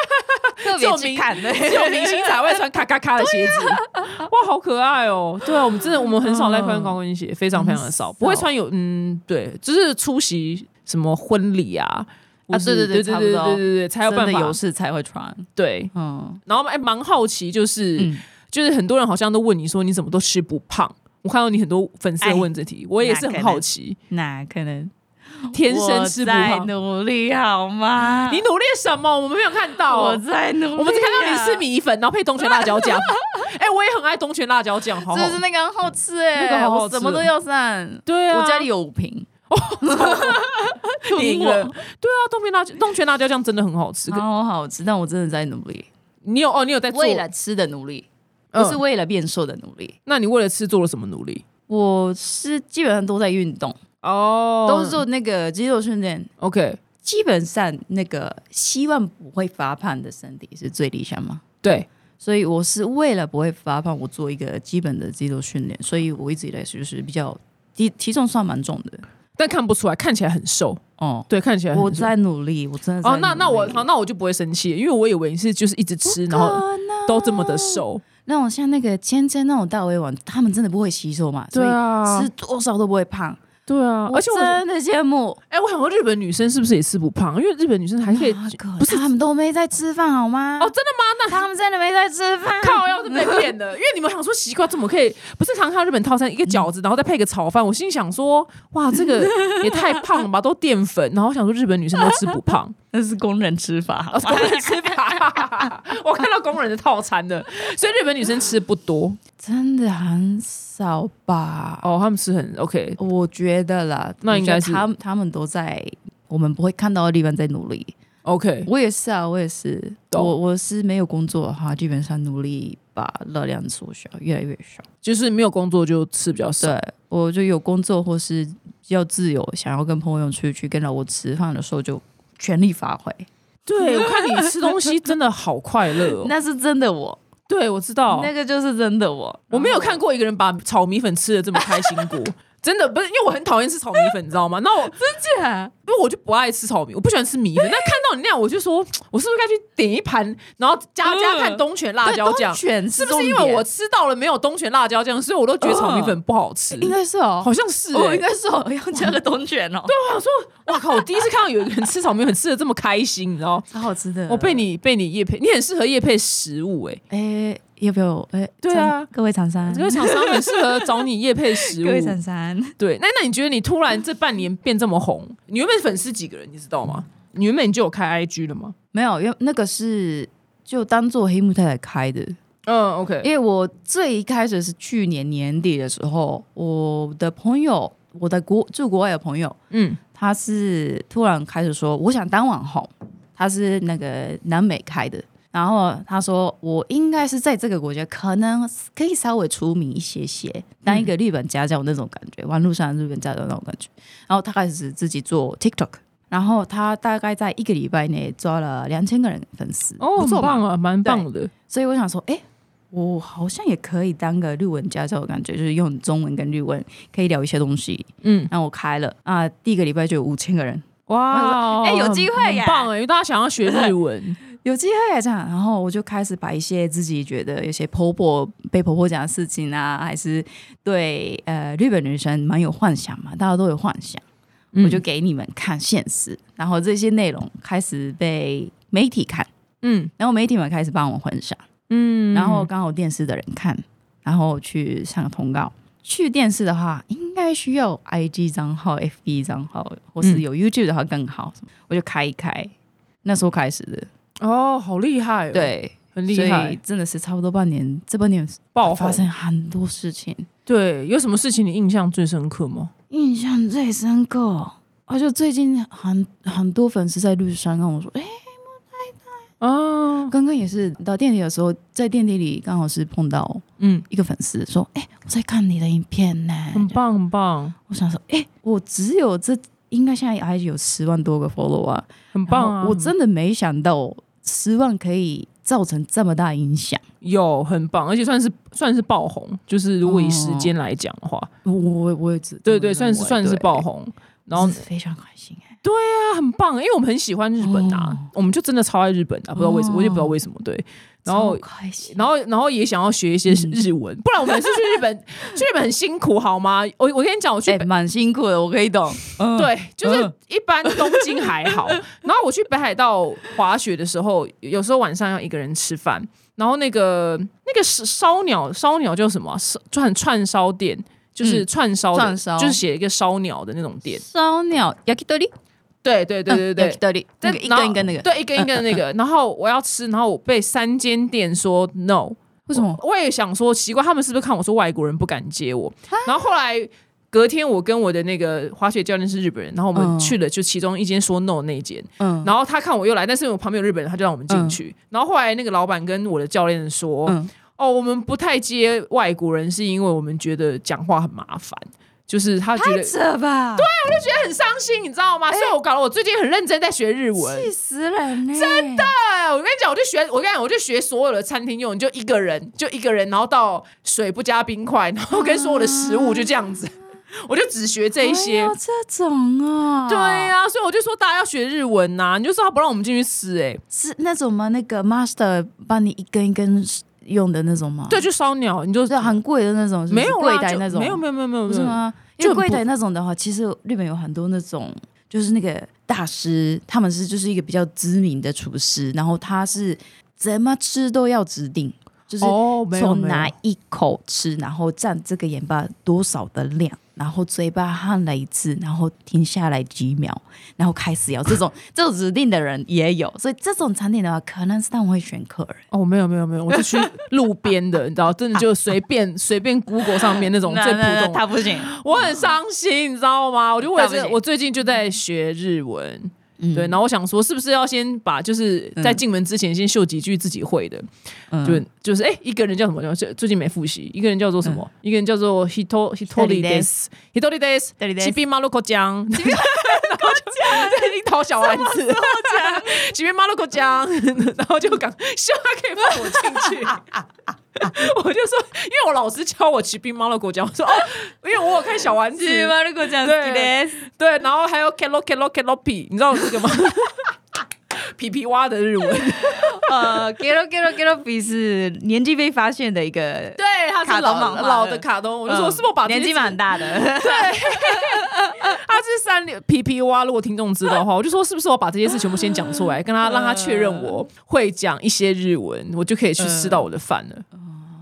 B: 特
A: 只有
B: 别
A: 明
B: 去看 的，
A: 只有 明星才会穿咔咔咔的鞋子，
B: 啊
A: 哇，好可爱哦！对啊，我们真的我们很少在穿高跟鞋，非常非常的少，
B: 很少
A: 不会穿有嗯，对，就是出席什么婚礼啊，
B: 啊
A: 或是
B: 对
A: 对对
B: 对对差不
A: 对
B: 多
A: 对对对，才有办
B: 真的
A: 法
B: 有事才会穿。
A: 对。
B: 嗯，
A: 然后哎，蛮好奇，就是、
B: 嗯
A: 就是很多人好像都问你说你怎么都吃不胖，我看到你很多粉丝
B: 哎
A: 问这题，我也是很好奇，
B: 那可能
A: 天生吃不
B: 我在
A: 胖，
B: 努力好吗？
A: 你努力什么？我们没有看到，
B: 我在努力啊，
A: 我们只看到你吃米粉，然后配东泉辣椒 酱。哎、我也很爱东泉辣椒酱，好好
B: 真的是那个很好吃哎、
A: 那个好好吃
B: 我什么都要蘸。
A: 对啊，哎
B: 我家里有五瓶，
A: 有赢了。对啊，东泉辣椒东泉辣椒酱真的很好吃。
B: 好好吃，但我真的在努力，
A: 你有哦，你有在做？
B: 为了吃的努力，
A: 嗯
B: 不是为了变瘦的努力。
A: 那你为了吃做了什么努力？
B: 我是基本上都在运动，
A: 哦
B: 都是做那个肌肉训练。
A: OK。
B: 基本上那个希望不会发胖的身体是最理想嘛，
A: 对，
B: 所以我是为了不会发胖，我做一个基本的肌肉训练，所以我一直以来就是比较体体重算蛮重的
A: 但看不出来，看起来很瘦。
B: 哦。
A: 对，看起来很瘦
B: 我在努力，我真的在
A: 哦，那那
B: 努
A: 我
B: 力
A: 好，那我就不会生气，因为我以为你是就是一直吃，然后都这么的瘦。
B: 那种像那个芊芊那种大胃王，他们真的不会吸收嘛，所以
A: 啊
B: 吃多少都不会胖。
A: 对啊，而且我
B: 真的羡慕，
A: 哎、我想说日本女生是不是也吃不胖？因为日本女生还可以
B: 哪个
A: 不是
B: 啊他们都没在吃饭好吗？
A: 哦，真的吗？那
B: 他们真的没在吃饭，
A: 靠，要是被骗的，因为你们想说奇怪，怎么可以不是常看到日本套餐一个饺子，然后再配个炒饭？我心想说，哇，这 个也太胖了吧，都淀粉。然后我想说日本女生都吃不 胖，
B: 那是工人吃法
A: 哦，工人吃法，我看到工人的套餐的，所以日本女生吃不多
B: 真的很少吧？
A: 哦，他们吃很 OK，
B: 我觉得啦，
A: 那应该是
B: 我觉得他们他们都在我们不会看到的地方在努力。
A: OK，
B: 我也是啊，我也是，
A: 懂
B: 我我是没有工作的话，基本上努力把热量缩小，越来越少。
A: 就是没有工作就吃比较少。
B: 对，我就有工作或是比较自由，想要跟朋友出去跟老婆吃饭的时候，就全力发挥。
A: 对，我看你吃东西真的好快乐哦。
B: 那是真的我，
A: 对，我知道，
B: 那个就是真的我。
A: 哦我没有看过一个人把炒米粉吃的这么开心 过。真的不是，因为我很讨厌吃炒米粉，你知道吗？那我因为我就不爱吃炒米，我不喜欢吃米粉。那看到你那样，我就说，我是不是该去点一盘，然后加加看东呃泉辣椒酱？
B: 全
A: 是不是因为我吃到了没有东泉辣椒酱，所以我都觉得炒米粉不好 吃？
B: 应该是哦
A: 好，像是、欸。
B: 我应该是哦，要加个冬卷哦，对，
A: 哇靠！我第一次看到有一个人吃炒米粉吃的这么开心，你知 道？
B: 超好吃的。
A: 我被你被你叶配，你很适合叶配食物哎、
B: 哎，要不要？哎，
A: 对啊
B: 厂，各位厂商，
A: 这个厂商很适合找你叶配食
B: 各
A: 物。
B: 位厂商，
A: 对，那那你觉得你突然这半年变这么红，你原本粉丝几个人，你知道吗？你原本就有开 IG 了吗？
B: 没有，因为那个是就当做黑幕太太开的，
A: 嗯，OK，
B: 因为我最一开始是去年年底的时候，我的朋友，我的国住国外的朋友，
A: 嗯，
B: 他是突然开始说我想当网红，他是那个南美开的，然后他说我应该是在这个国家可能可以稍微出名一些些，当一个日本家教那种感觉，玩路上的日本家教那种感觉，然后他开始自己做 TikTok。然后他大概在一个礼拜内抓了两千个人粉丝，
A: 哦，
B: 不
A: 很
B: 错嘛
A: 棒啊，蛮棒的。
B: 所以我想说，哎、我好像也可以当个日文家教的感觉，就是用中文跟日文可以聊一些东西。
A: 嗯，
B: 那我开了啊，第一个礼拜就有五千个人，
A: 哇，哦
B: 哎有机会耶
A: 很棒哎，因为大家想要学日文，
B: 有机会啊这样。然后我就开始把一些自己觉得有些婆婆被婆婆讲的事情啊，还是对呃日本女生蛮有幻想嘛，大家都有幻想，
A: 嗯
B: 我就给你们看现实。然后这些内容开始被媒体看，
A: 嗯
B: 然后媒体们开始帮我分享。
A: 嗯
B: 然后刚好电视的人看，然后去上通告，去电视的话，应该需要 IG 账号、FB 账号，
A: 嗯
B: 或是有 YouTube 的话更好。我就开一开，那时候开始的，
A: 哦，好厉害、哦，，
B: 对，
A: 很厉
B: 所
A: 害
B: 以，真的是差不多半年，这半年
A: 爆
B: 发
A: 发
B: 生很多事情。
A: 对，有什么事情你印象最深刻吗？
B: 印象最深刻，而且最近很很多粉丝在路上跟我说，哎、
A: 啊，
B: 刚刚也是到电梯的时候，在电梯里刚好是碰到
A: 嗯，
B: 一个粉丝说，哎、我在看你的影片呢、
A: 很棒很棒，
B: 我想说，哎、我只有这应该现在还有十万多个 follow 啊，
A: 很棒啊！
B: 我真的没想到十万可以造成这么大影响。
A: 有很棒，而且算是算是爆红，就是如果以时
B: 哦嗯
A: 间来讲的话，
B: 我我我也只
A: 对对，算是算是爆
B: 红，
A: 红。然后
B: 是非常开心哎、
A: 他很棒，因为我们很喜欢日本啊，我们就真的超爱日本啊的、不知道为什么，
B: 哦
A: 我也不知道为什么。对，然后
B: 超开心，
A: 然后然后也想要学一些
B: 嗯
A: 日文，不然我们是去日 本，去日本很辛苦好吗？我我跟你讲，我去
B: 哎，
A: 北、
B: 蛮、辛苦的，我可以懂。嗯，
A: 对，就是
B: 嗯
A: 一般东京还 好，然后我去北海道滑雪的时候，有时候晚上要一个人吃饭，然后那个那个是烧鸟烧鸟叫什么啊、烧串串烧店。就是
B: 嗯
A: 串烧的，
B: 串烧
A: 就是写一个烧鸟的那种店。
B: 烧鸟 yakitori，
A: 对对对对对，
B: ，yakitori，那嗯个一
A: 然后
B: 根一根那个，
A: 对，一根一根的那个。然后我要吃，然后我被三间店说 no，
B: 为什么？
A: 哦我也想说奇怪，他们是不是看我是外国人不敢接我？然后后来隔天，我跟我的那个滑雪教练是日本人，然后我们
B: 嗯
A: 去了就其中一间说 no 那一间，
B: 嗯
A: 然后他看我又来，但是我旁边有日本人，他就让我们进去。然后后来那个老板跟我的教练说，
B: 嗯
A: 哦，我们不太接外国人，是因为我们觉得讲话很麻烦。就是他觉得哎觉
B: 这吧，对，
A: 得很伤心，你知道吗？所以我搞得我最近很认真在学日文，
B: 气死人呢、真的，
A: 哎，我跟你讲，我就学，我跟你讲，我就学所有的餐厅用，你就一个人，就一个人，然后到水不加冰块，然后跟所有的食物就这样子，我就只学这一些。
B: 哎呦这种啊，
A: 对呀、所以我就说大家要学日文呐、你就说他不让我们进去吃、哎，
B: 是那种吗？那个 master 帮你一根一根用的那种吗？
A: 对，，就烧鸟，你就
B: 就是很贵的那种，是不
A: 没
B: 是
A: 有啦
B: 柜台
A: 就
B: 那种，
A: 没有没有没有没有，
B: 不是
A: 没有？
B: 吗？
A: 就
B: 因
A: 很
B: 为
A: 不
B: 柜台那种的话，其实日本有很多那种，就是那个大师，他们是就是一个比较知名的厨师，然后他是怎么吃都要指定，就是
A: 哦，没有
B: 从
A: 没有
B: 哪，一口吃，然后蘸这个盐巴多少的量，然后嘴巴含了一次，然后停下来几秒，然后开始咬。这种 这种指定的人也有，所以这种餐点的话，可能是他们会选客人。
A: 哦，没有没有没有，我就去路边的，你知道，真的就随便随便 Google 上面那种最普通 的，
B: 不 行，
A: 我很伤心，你知道吗？我就为了这
B: 那不
A: 个，
B: 行
A: 我最近就在学日文。
B: 嗯
A: 对，然后我想说，是不是要先把就是在进门之前先秀几句自己会的，
B: 嗯
A: 就就是哎、一个人叫什么？就最近没复习，一个人叫做什
B: 嗯
A: 么？一个人叫做 Hito Hitori
B: Hitori
A: Des Hitori Des
B: 对
A: c h i p i Maruko 酱，然后 就一头小丸子 c h i p i Maruko 酱，然后就赶希望他可以放我进 去。我就说，因为我老师教我 c h i p i Maruko 酱，我说哦，因为我有看小丸子，
B: 吗？如果讲
A: 对对，然后还有 kelo kelo kelo p 你知道这 个吗？皮皮蛙的日文，
B: 呃，Gero Gero Gero B 是年纪被发现的一个，呃
A: 对，他是
B: 卡通
A: 老
B: 嘛
A: 老的嗯卡通，我就说哦是不是我把这些字，
B: 大的，
A: 他是三流皮皮蛙，如果听众知道的话，我就说是不是我把这些字全部先讲出 来，跟他让他确认我会讲一些日文，我就可以去吃到我的饭了，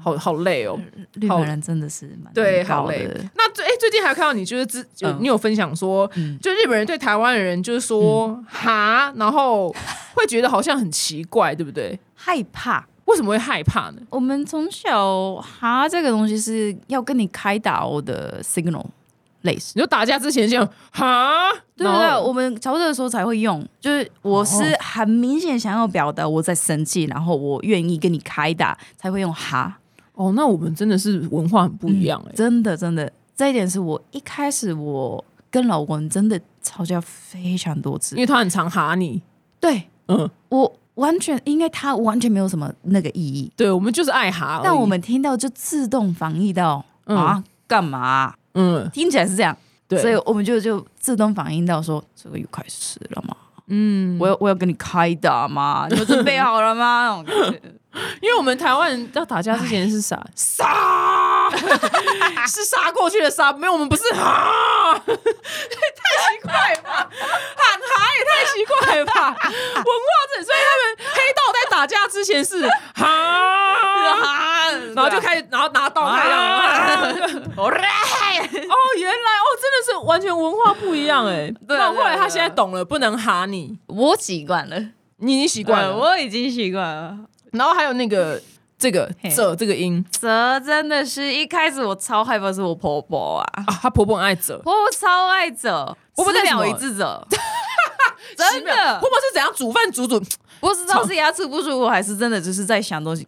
A: 好好累哦。
B: 日本人真的是蛮
A: 对，
B: 高
A: 好嘞
B: 的。。
A: 那最哎、最近还有看到你，就是之、就
B: 嗯
A: 你有分享说，就日本人对台湾人就是说、
B: 嗯
A: 哈，然后会觉得好像很奇怪，对不对？
B: 害怕。
A: 为什么会害怕呢？
B: 我们从小哈这个东西是要跟你开导的 signal 类似，
A: 你就打架之前这样哈，
B: 对啊对
A: 然
B: 对，
A: 后
B: 我们朝这的时候才会用。就是我是很明显想要表达我在生气，然后我愿意跟你开打，才会用哈。嗯
A: 哦，那我们真的是文化很不一样哎、
B: 真的真的，这一点是我一开始我跟老公真的吵架非常多次
A: 因，为他很常哈你，
B: 对
A: 嗯，
B: 我完全应该他完全没有什么那个意义，
A: 对我们就是爱哈而已，
B: 但我们听到就自动防疫到、啊干嘛啊、
A: 嗯，
B: 听起来是这样。
A: 对，
B: 所以我们就就自动反应到说，这个又开始了吗？嗯，我要我要跟你开 打吗？你们准备好了吗？那种感觉
A: 因为我们台湾人要打架之前是啥杀， 是杀过去的杀，没有我们不是哈，太奇怪了吧，喊哈也太奇怪了吧，文化这，所以他们黑道在打架之前是哈，
B: 啊，
A: 啊然后就开始，然后拿刀开始。
B: 我来
A: 哦完全文化不一样哎、
C: 对
A: 那后来他
C: 对对
A: 现在懂了，不能哈你，
C: 我习惯了，
A: 你已经习惯
B: 呃
C: 对
A: 了。
C: 我已经习惯了。
A: 然后还有那个这个
C: 嘿
A: 啧这个音
C: 泽真的是一开始我超害怕，是我婆婆啊，
A: 啊，她婆婆很爱 啧，
C: 婆婆超爱泽，
A: 婆婆
C: 吃
A: 在什么
C: 了一次 泽，真的
A: 婆婆是怎样煮饭煮煮，
C: 不知道是牙齿不舒服，还是真的就是在想东西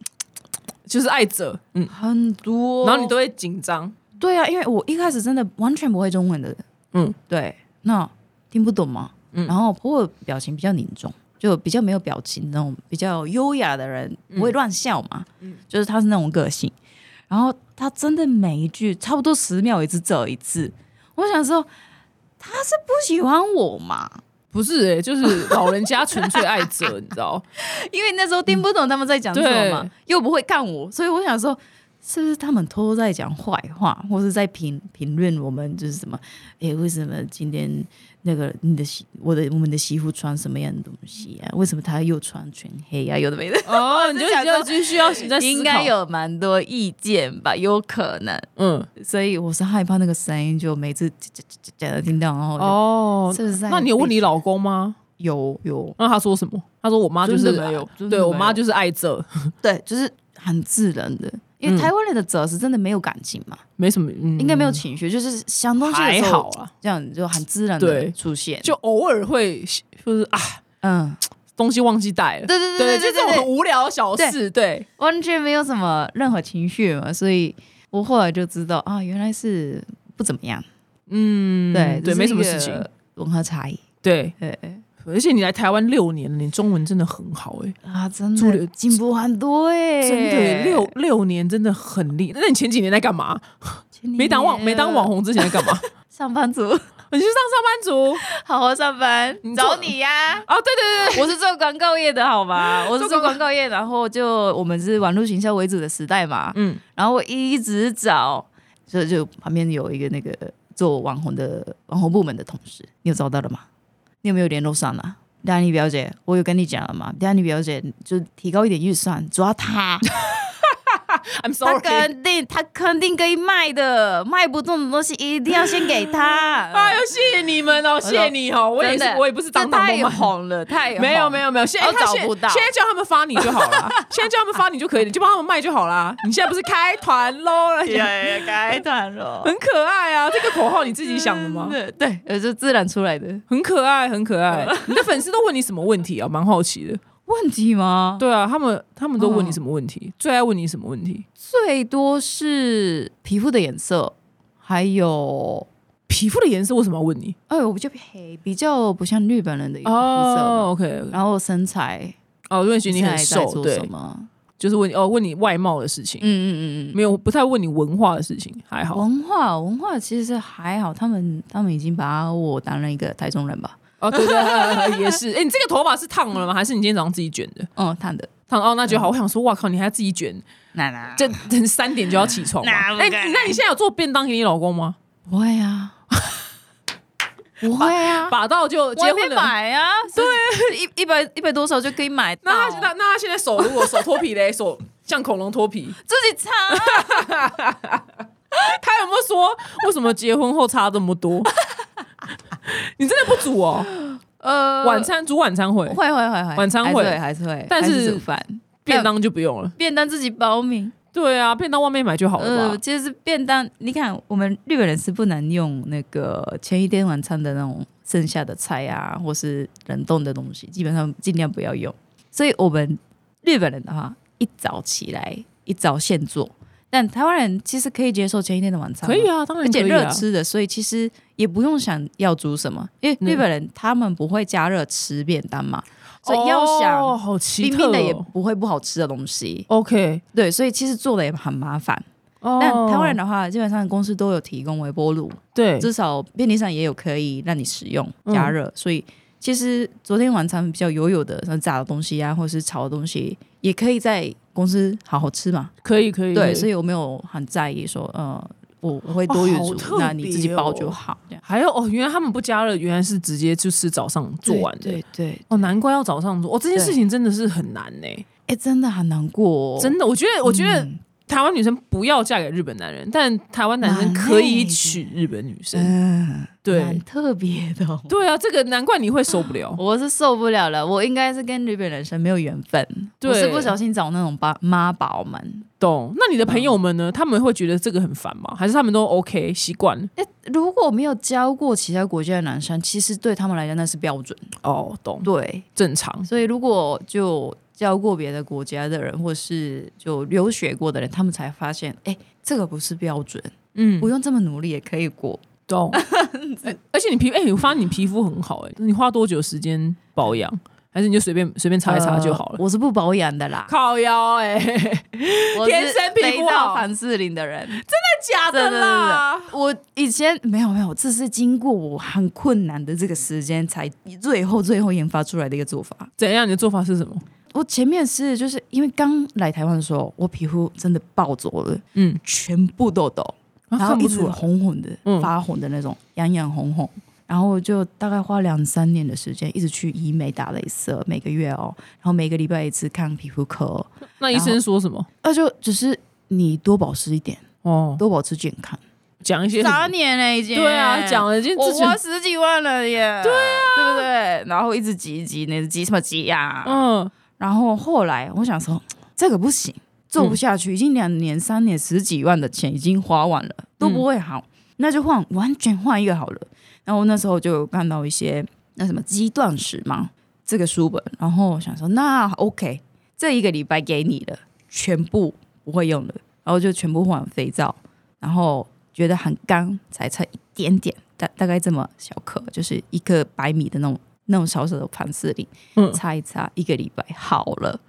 A: 就是爱啧，嗯，
C: 很多。
B: 哦
A: 然后你都会紧张，
B: 对啊，因为我一开始真的完全不会中文的，
A: 嗯，
B: 对，那听不懂嘛，
A: 嗯
B: 然后婆婆表情比较凝重，就比较没有表情那种比较优雅的人不会乱笑嘛，就是她是那种个性，然后她真的每一句差不多十秒一次这一次，我想说她是不喜欢我嘛，
A: 不是哎、就是老人家纯粹爱啧，你知 道？
B: 因为那时候听不懂他们在讲什么嘛，
A: 对
B: 又不会看我，所以我想说，是不是他们偷偷在讲坏话，或是在评评论我们就是什么？诶，为什么今天那个你的媳，我的我们的媳妇穿什么样的东西啊？为什么她又穿全黑啊？有的没的，
A: 哦，你就
B: 想
A: 要
B: 说
A: 继续要你在思考
B: 应该，有蛮多意见吧，有可能。
A: 嗯，
B: 所以我是害怕那个声音，就每次讲讲讲的听到，然后我就
A: 哦，
B: 是不是在？
A: 那你有问你老公吗？
B: 有有
A: 那他说什么？他说我妈就是啊
B: 真的没有
A: 对
B: 真的没有
A: 我妈就是爱啧，
B: 对，就是很自然的，因为
A: 嗯
B: 台湾人的责是真的没有感情嘛。
A: 没什么，嗯
B: 应该没有情绪，就是想东西的
A: 还
B: 时候
A: 好啊，
B: 这样就很自然
A: 对
B: 的出现。
A: 就偶尔会就是啊，
B: 嗯，
A: 东西忘记带了，
B: 对对
A: 对
B: 对
A: 就
B: 对
A: 这种
B: 对
A: 很
B: 对，
A: 无聊的小事，对，
B: 完全没有什么任何情绪嘛，所以我后来就知道啊，原来是不怎么样。
A: 嗯，对，
B: 对这是
A: 没什么
B: 一个
A: 事情，
B: 文化差异。
A: 对，
B: 对
A: 而且你来台湾六年了，你中文真的很好哎、
B: 啊，真
A: 住的
B: 的进步很多哎、
A: 真的六六年真的很厉。那你前几年在干嘛？
B: 前年
A: 没当网没当网红之前在干嘛？
B: 啊上 班族，
A: 你是上上班族
B: 好好上班
A: 你，做
B: 找你呀、
A: 啊？对对对
B: 我是做广告业的 好吗？我是
A: 做
B: 做
A: 广
B: 广告业，然后就我们是网络行销为主的时代嘛，
A: 嗯，
B: 然后我一直找，所以就旁边有一个那个做网红的网红部门的同事，你有找到了吗？你 有没有联络上啊？丹妮表姐，我有跟你讲了嘛？丹妮表姐就提高一点预算，抓她，
A: ，I'm
B: 她
A: sorry。
B: 肯定，她肯定可以卖的，卖不动的东西一定要先给
A: 哎
B: 她。
A: 呦，谢谢你们哦，谢谢你哦，我也
B: 真
A: 是
B: 的，
A: 我也不是当当妈
B: 这太
A: 妈。
B: 红了，太红
A: 没有 没有没有，现在
B: 我
A: 他
B: 找
A: 现
B: 不到
A: 现在叫他们发你就好了， 现在叫他们发你就可以了，你就帮他们卖就好啦。你现在不是开团喽 了？
B: 对，该团了，
A: 很可爱啊，这个口号你 自己想的吗？
B: 对对，呃就自然出来的
A: 很可爱，很可 爱。你的粉丝都问你什么问题啊？蛮好奇的。
B: 问题吗？
A: 对啊，他们他们都问你什么问题？最爱问你什么问题？
B: 最多是皮肤的颜色，还有
A: 皮肤的颜色为什么要问你？
B: 哎，我比较黑，比较不像日本人的肤色嘛。
A: 哦，OK，
B: 然后身材，
A: 哦，因为觉得你很
B: 在在
A: 瘦，
B: 做
A: 对
B: 什，么？
A: 就是问你哦，问你外貌的事
B: 嗯
A: 情，
B: 嗯嗯嗯。
A: 没有不太问你文化的事情，还好。
B: 文化文化其实还好，他们他们已经把我当成一个台中人吧，
A: 哦，对对对对，也是。哎，你这个头发是烫了吗？还是你今天早上自己卷的？
B: 嗯，他的
A: 烫哦，那就好。我想说，哇靠，你还自己卷，
B: 奶奶
A: 这等三点就要起床吗？哎，你啊 那你现在有做便当给你老公吗？
B: 不会啊，不会啊，
A: 把到就
B: 我
A: 结
B: 还
A: 婚
B: 没
A: 了。
B: 买啊，对，一一百一百多少就可以买到，
A: 那他那那他现在手如果手脱皮嘞，手像恐龙脱皮，
B: 自 己擦，
A: 他有没有说为什么结婚后差这么 多？你真的不煮哦？
B: 呃，
A: 晚餐煮晚餐会，
B: 会会会会，
A: 晚餐
B: 还
A: 会
B: 是还是会，
A: 但
B: 还
A: 是
B: 是煮饭
A: 便当就不用了。
B: 便当自己包明。
A: 对啊，便当外面买就好了
B: 呃，
A: 吧？
B: 其实便当，你看我们日本人是不能用那个前一天晚餐的那种剩下的菜啊，或是冷冻的东西，基本上尽量不要用。所以我们日本人的话，一早起来一早现做，但台湾人其实可以接受前一天的晚餐，
A: 可以。啊，当然
B: 而且
A: 可以
B: 热
A: 啊。
B: 吃的，所以其实也不用想要煮什么，因为
A: 嗯
B: 日本人他们不会加热吃便当嘛，所以要
A: 哦，
B: 想
A: 好奇
B: 冰
A: 特
B: 冰的也
A: 哦。
B: 不会不好吃的东西，
A: OK，
B: 对，所以其实做的也很麻烦。
A: 哦，
B: 但台湾人的话，基本上公司都有提供微波炉，
A: 对
B: 至少便利上也有可以让你使用
A: 嗯
B: 加热，所以其实昨天晚餐比较油油的，像炸的东西啊，或者是炒的东西，也可以在公司好好吃嘛。
A: 可以可以，可
B: 对，
A: 以
B: 所以我没有很在意说，呃，我我会多余
A: 哦好特
B: 煮，
A: 别
B: 那你自己包就好。这样
A: 还有哦，原来他们不加热，原来是直接就吃早上做完的
B: 对。对，
A: 哦，难怪要早上做。哦，这件
B: 对
A: 事情真的是很难呢、
B: 哎，真的很难过、哦，
A: 真的，我觉得，我觉得
B: 嗯
A: 台湾女生不要嫁给日本男人，但台湾男生可以娶日本女生。
B: 嗯，
A: 对
B: 蛮，特别的哦、
A: 对啊，这个难怪你会受不了。
B: 我是受不了了，我应该是跟日本人生没有缘分，
A: 对
B: 我是不小心找那种爸妈宝们。
A: 懂？那你的朋友
B: 嗯
A: 们呢？他们会觉得这个很烦吗？还是他们都 OK 习惯？
B: 诶如果没有教过其他国家的男生，其实对他们来讲那是标准。
A: 哦，懂，
B: 对，
A: 正常。
B: 所以如果就教过别的国家的人，或是就留学过的人，他们才发现，哎、这个不是标准，
A: 嗯
B: 不，用这么努力也可以过。
A: 懂。哎而且你皮，哎、我发现你皮肤很好、哎，你花多久时间保养？还是你就随便随便擦一擦就好了？
B: 呃我是不保养的啦，
A: 靠腰、哎，
B: 我是
A: 天生皮肤好
B: 肥皂凡士林的人。
A: 假的啦！
B: 我以前没有没有，这是经过我很困难的这个时间，才最后最后研发出来的一个做法。
A: 怎样？你的做法是什么？
B: 我前面是就是因为刚来台湾的时候，我皮肤真的暴走了，
A: 嗯，
B: 全部痘痘，
A: 啊
B: 然后
A: 看
B: 一
A: 不
B: 直
A: 出来
B: 红红的、
A: 嗯
B: 发红的那种，痒痒红红。然后就大概花两三年的时间，一直去医美打镭射，每个月哦，然后每个礼拜一次看皮肤科，
A: 那医生说什么？
B: 那就只是你多保湿一点，
A: 哦，
B: 多保持健康。
A: 讲一些
B: 三年了已经，
A: 对啊，讲了已经
B: 我
A: 自己
B: 花十几万了耶，对啊，对不对？然后一直急急，你急什么急呀、
A: 嗯
B: 然后后来我想说，这个不行，做不下去，已经两年、三年、十几万的钱已经花完了，都不会好，那就换完全换一个好了。然后那时候就有看到一些那什么鸡断食嘛这个书本，然后我想说，那 OK，这一个礼拜给你了，全部不会用了，然后就全部换肥皂，然后觉得很干，才差一点点，大大概这么小颗，就是一个百米的那种那种小小的盘丝里，
A: 嗯，
B: 擦一擦，一个礼拜好了。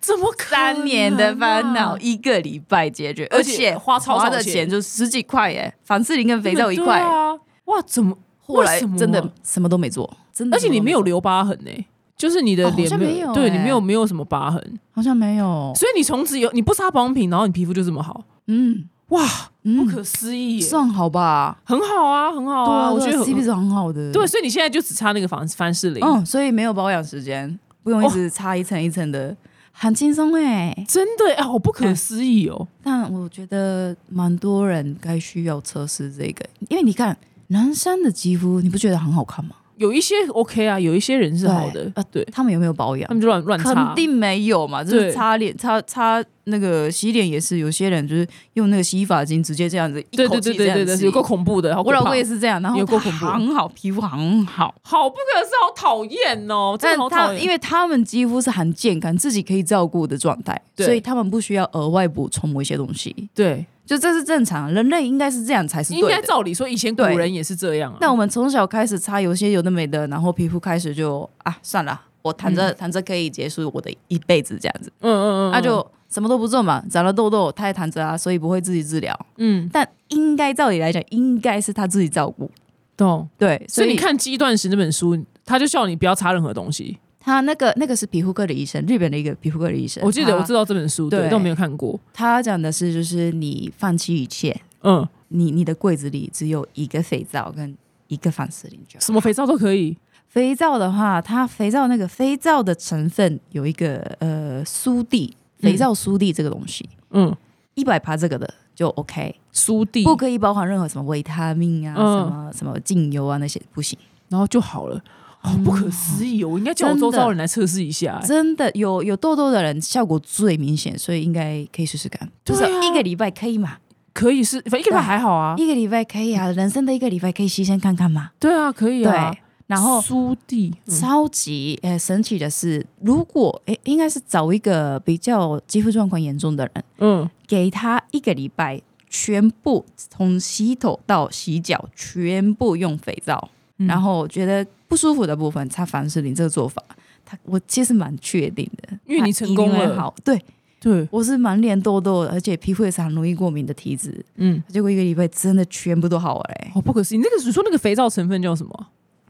A: 怎么可能啊
B: 三年的烦恼？一个礼拜解决，
A: 而
B: 而
A: 且
B: 且
A: 花超少
B: 花的
A: 钱
B: 钱就十几块耶，凡士林跟肥皂一块
A: 对。啊！哇，怎么？
B: 后来
A: 为什么啊
B: 真的什么都没做，真的
A: 而
B: 什
A: 且
B: 么
A: 你
B: 都
A: 没
B: 没
A: 有
B: 做，
A: 留疤痕呢、欸就是你的
B: 哦好
A: 脸
B: 像
A: 没
B: 没有
A: 对你
B: 欸
A: 没有没有什么疤痕，
B: 好像没有，
A: 所以你从此有你不擦保养品，然后你皮肤就这么好，
B: 嗯
A: 哇，不
B: 嗯，
A: 可思议耶、
B: 算好吧，
A: 很好啊，很好
B: 对
A: 啊，
B: 啊，
A: 我觉得
B: CP
A: 很
B: 值很好的，
A: 对，，啊所以你现在就只擦那个凡凡士林，
B: 嗯，所以没有保养时间，不用一
A: 哦
B: 直擦一层一层的，很轻松哎。
A: 真的哎、好不可思议哦、
B: 但我觉得蛮多人该需要测试这个，因为你看男生的肌肤，你不觉得很好看吗？
A: 有一些 OK 啊，有一些人是好的
B: 对，呃
A: 啊，对
B: 他们有没有保养
A: 他？们就乱乱擦
B: 肯，定没有嘛，就是
A: 对
B: 擦脸、擦擦那个洗脸也是，有些人就是用那个洗发精直接这样子一
A: 对
B: 口
A: 对
B: 气
A: 对
B: 这
A: 对
B: 样
A: 对
B: 子
A: 对，
B: 洗。
A: 有够恐怖的，好可
B: 我
A: 怕
B: 老公也是这样，然后
A: 有够
B: 他
A: 恐怖
B: 很好，皮肤很好。
A: 好不可思议，好讨厌哦，真
B: 但
A: 的好讨
B: 他
A: 厌，
B: 因为他们肌肤是很健康，自己可以照顾的状态，
A: 对
B: 所以他们不需要额外补充某一些东西，
A: 对，
B: 就这是正常。人类应该是这样才是
A: 应该
B: 对的。
A: 照理说以前古
B: 对
A: 人也是这样啊，
B: 但我们从小开始擦有些有的没的，然后皮肤开始就啊算了，我躺着、躺着可以结束我的一辈子这样子。
A: 嗯嗯嗯，
B: 那、就什么都不做嘛，长了痘痘，他也躺着啊，所以不会自己治疗。
A: 嗯
B: 但应该照理来讲，应该是他自己照顾。
A: 懂。
B: 对，
A: 所
B: 所
A: 以
B: 以
A: 你看《鸡断食》那本书，他就叫你不要擦任何东西。
B: 他那个那个是皮肤科的医生，日本的一个皮肤科的医生，
A: 我记得
B: 他
A: 我知道这本书，对，
B: 对
A: 但我没有看过。
B: 他讲的是就是你放弃一切，
A: 嗯，
B: 你你的柜子里只有一个肥皂跟一个凡士林就好。
A: 什么肥皂都可以。
B: 肥皂的话，它肥皂那个肥皂的成分有一个呃苏地肥皂苏地这个东西，
A: 嗯，
B: 一百趴这个的就 OK。
A: 苏地，
B: 不可以包含任何什么维他命啊、
A: 嗯
B: 什么什么精油啊那些，不行。
A: 然后就好了。好不可思议哦！我应该叫我
B: 真的
A: 周遭人来测试一下。哎
B: 嗯真的有有痘痘的人效果最明显，所以应该可以试试看，
A: 对
B: 至
A: 啊
B: 少一个礼拜可以嘛？
A: 可以是，反正一个礼拜还好啊。
B: 一个礼拜可以啊，人生的一个礼拜可以牺牲看看嘛。
A: 对啊，可以
B: 对
A: 啊。，
B: 然后
A: 苏地，嗯
B: 超级呃神奇的是，如果诶应该是找一个比较肌肤状况严重的人，
A: 嗯，
B: 给他一个礼拜，全部从洗头到洗脚全部用肥皂，
A: 嗯
B: 然后觉得不舒服的部分擦凡士林这个做法，他我其实蛮确定的，
A: 因为你成功了
B: 他一定会好。对，
A: 对，
B: 我是满脸痘痘，而且皮肤也是很容易过敏的体质，
A: 嗯，
B: 结果一个礼拜真的全部都好了、欸。
A: 好不可思议。那个你说那个肥皂成分叫什么啊？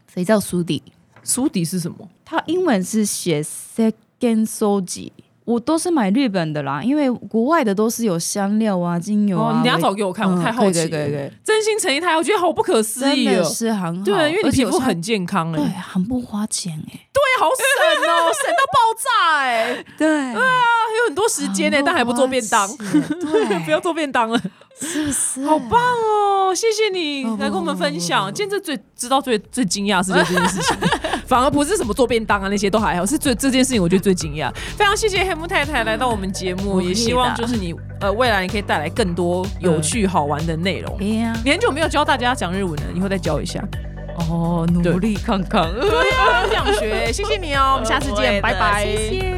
B: 肥皂苏底，
A: 苏底是什么？
B: 它英文是写 second soji，我都是买日本的啦，因为国外的都是有香料啊、精油
A: 哦，
B: 啊。
A: 你等下
B: 味
A: 找给我看，我
B: 嗯
A: 太好奇
B: 对
A: 了。
B: 对对对，
A: 真心诚意太好，我觉得好不可思
B: 哎真
A: 议
B: 的
A: 哦。
B: 是很好。
A: 对，因为你
B: 而
A: 皮
B: 且我
A: 肤
B: 现在
A: 很健康哎、
B: 对，很不花钱哎、
A: 对，好省哦，省到爆炸哎、
B: 对，
A: 还有 很多时间呢、欸但还不做便当，
B: 对，
A: 不要做便当了，
B: 是不是？
A: 好棒哦！谢谢你
B: 不不
A: 来跟我们分享，
B: 不不不
A: 今天这最知道最最惊讶的是这件事 情，反而不是什么做便当啊那些都还好，是最这件事情我觉得最惊讶。非常谢谢黑木太太来到我们节目，
B: 不
A: 也
B: 会
A: 希
B: 的
A: 望就是你呃未来你可以带来更多有趣好玩的内容。
B: 哎呀，
A: 你很久没有教大家讲日文了，以后再教一 下。
B: 哦，努力看看，
A: 对啊，想学，谢谢你哦，我们下次见，拜拜，
B: 谢谢。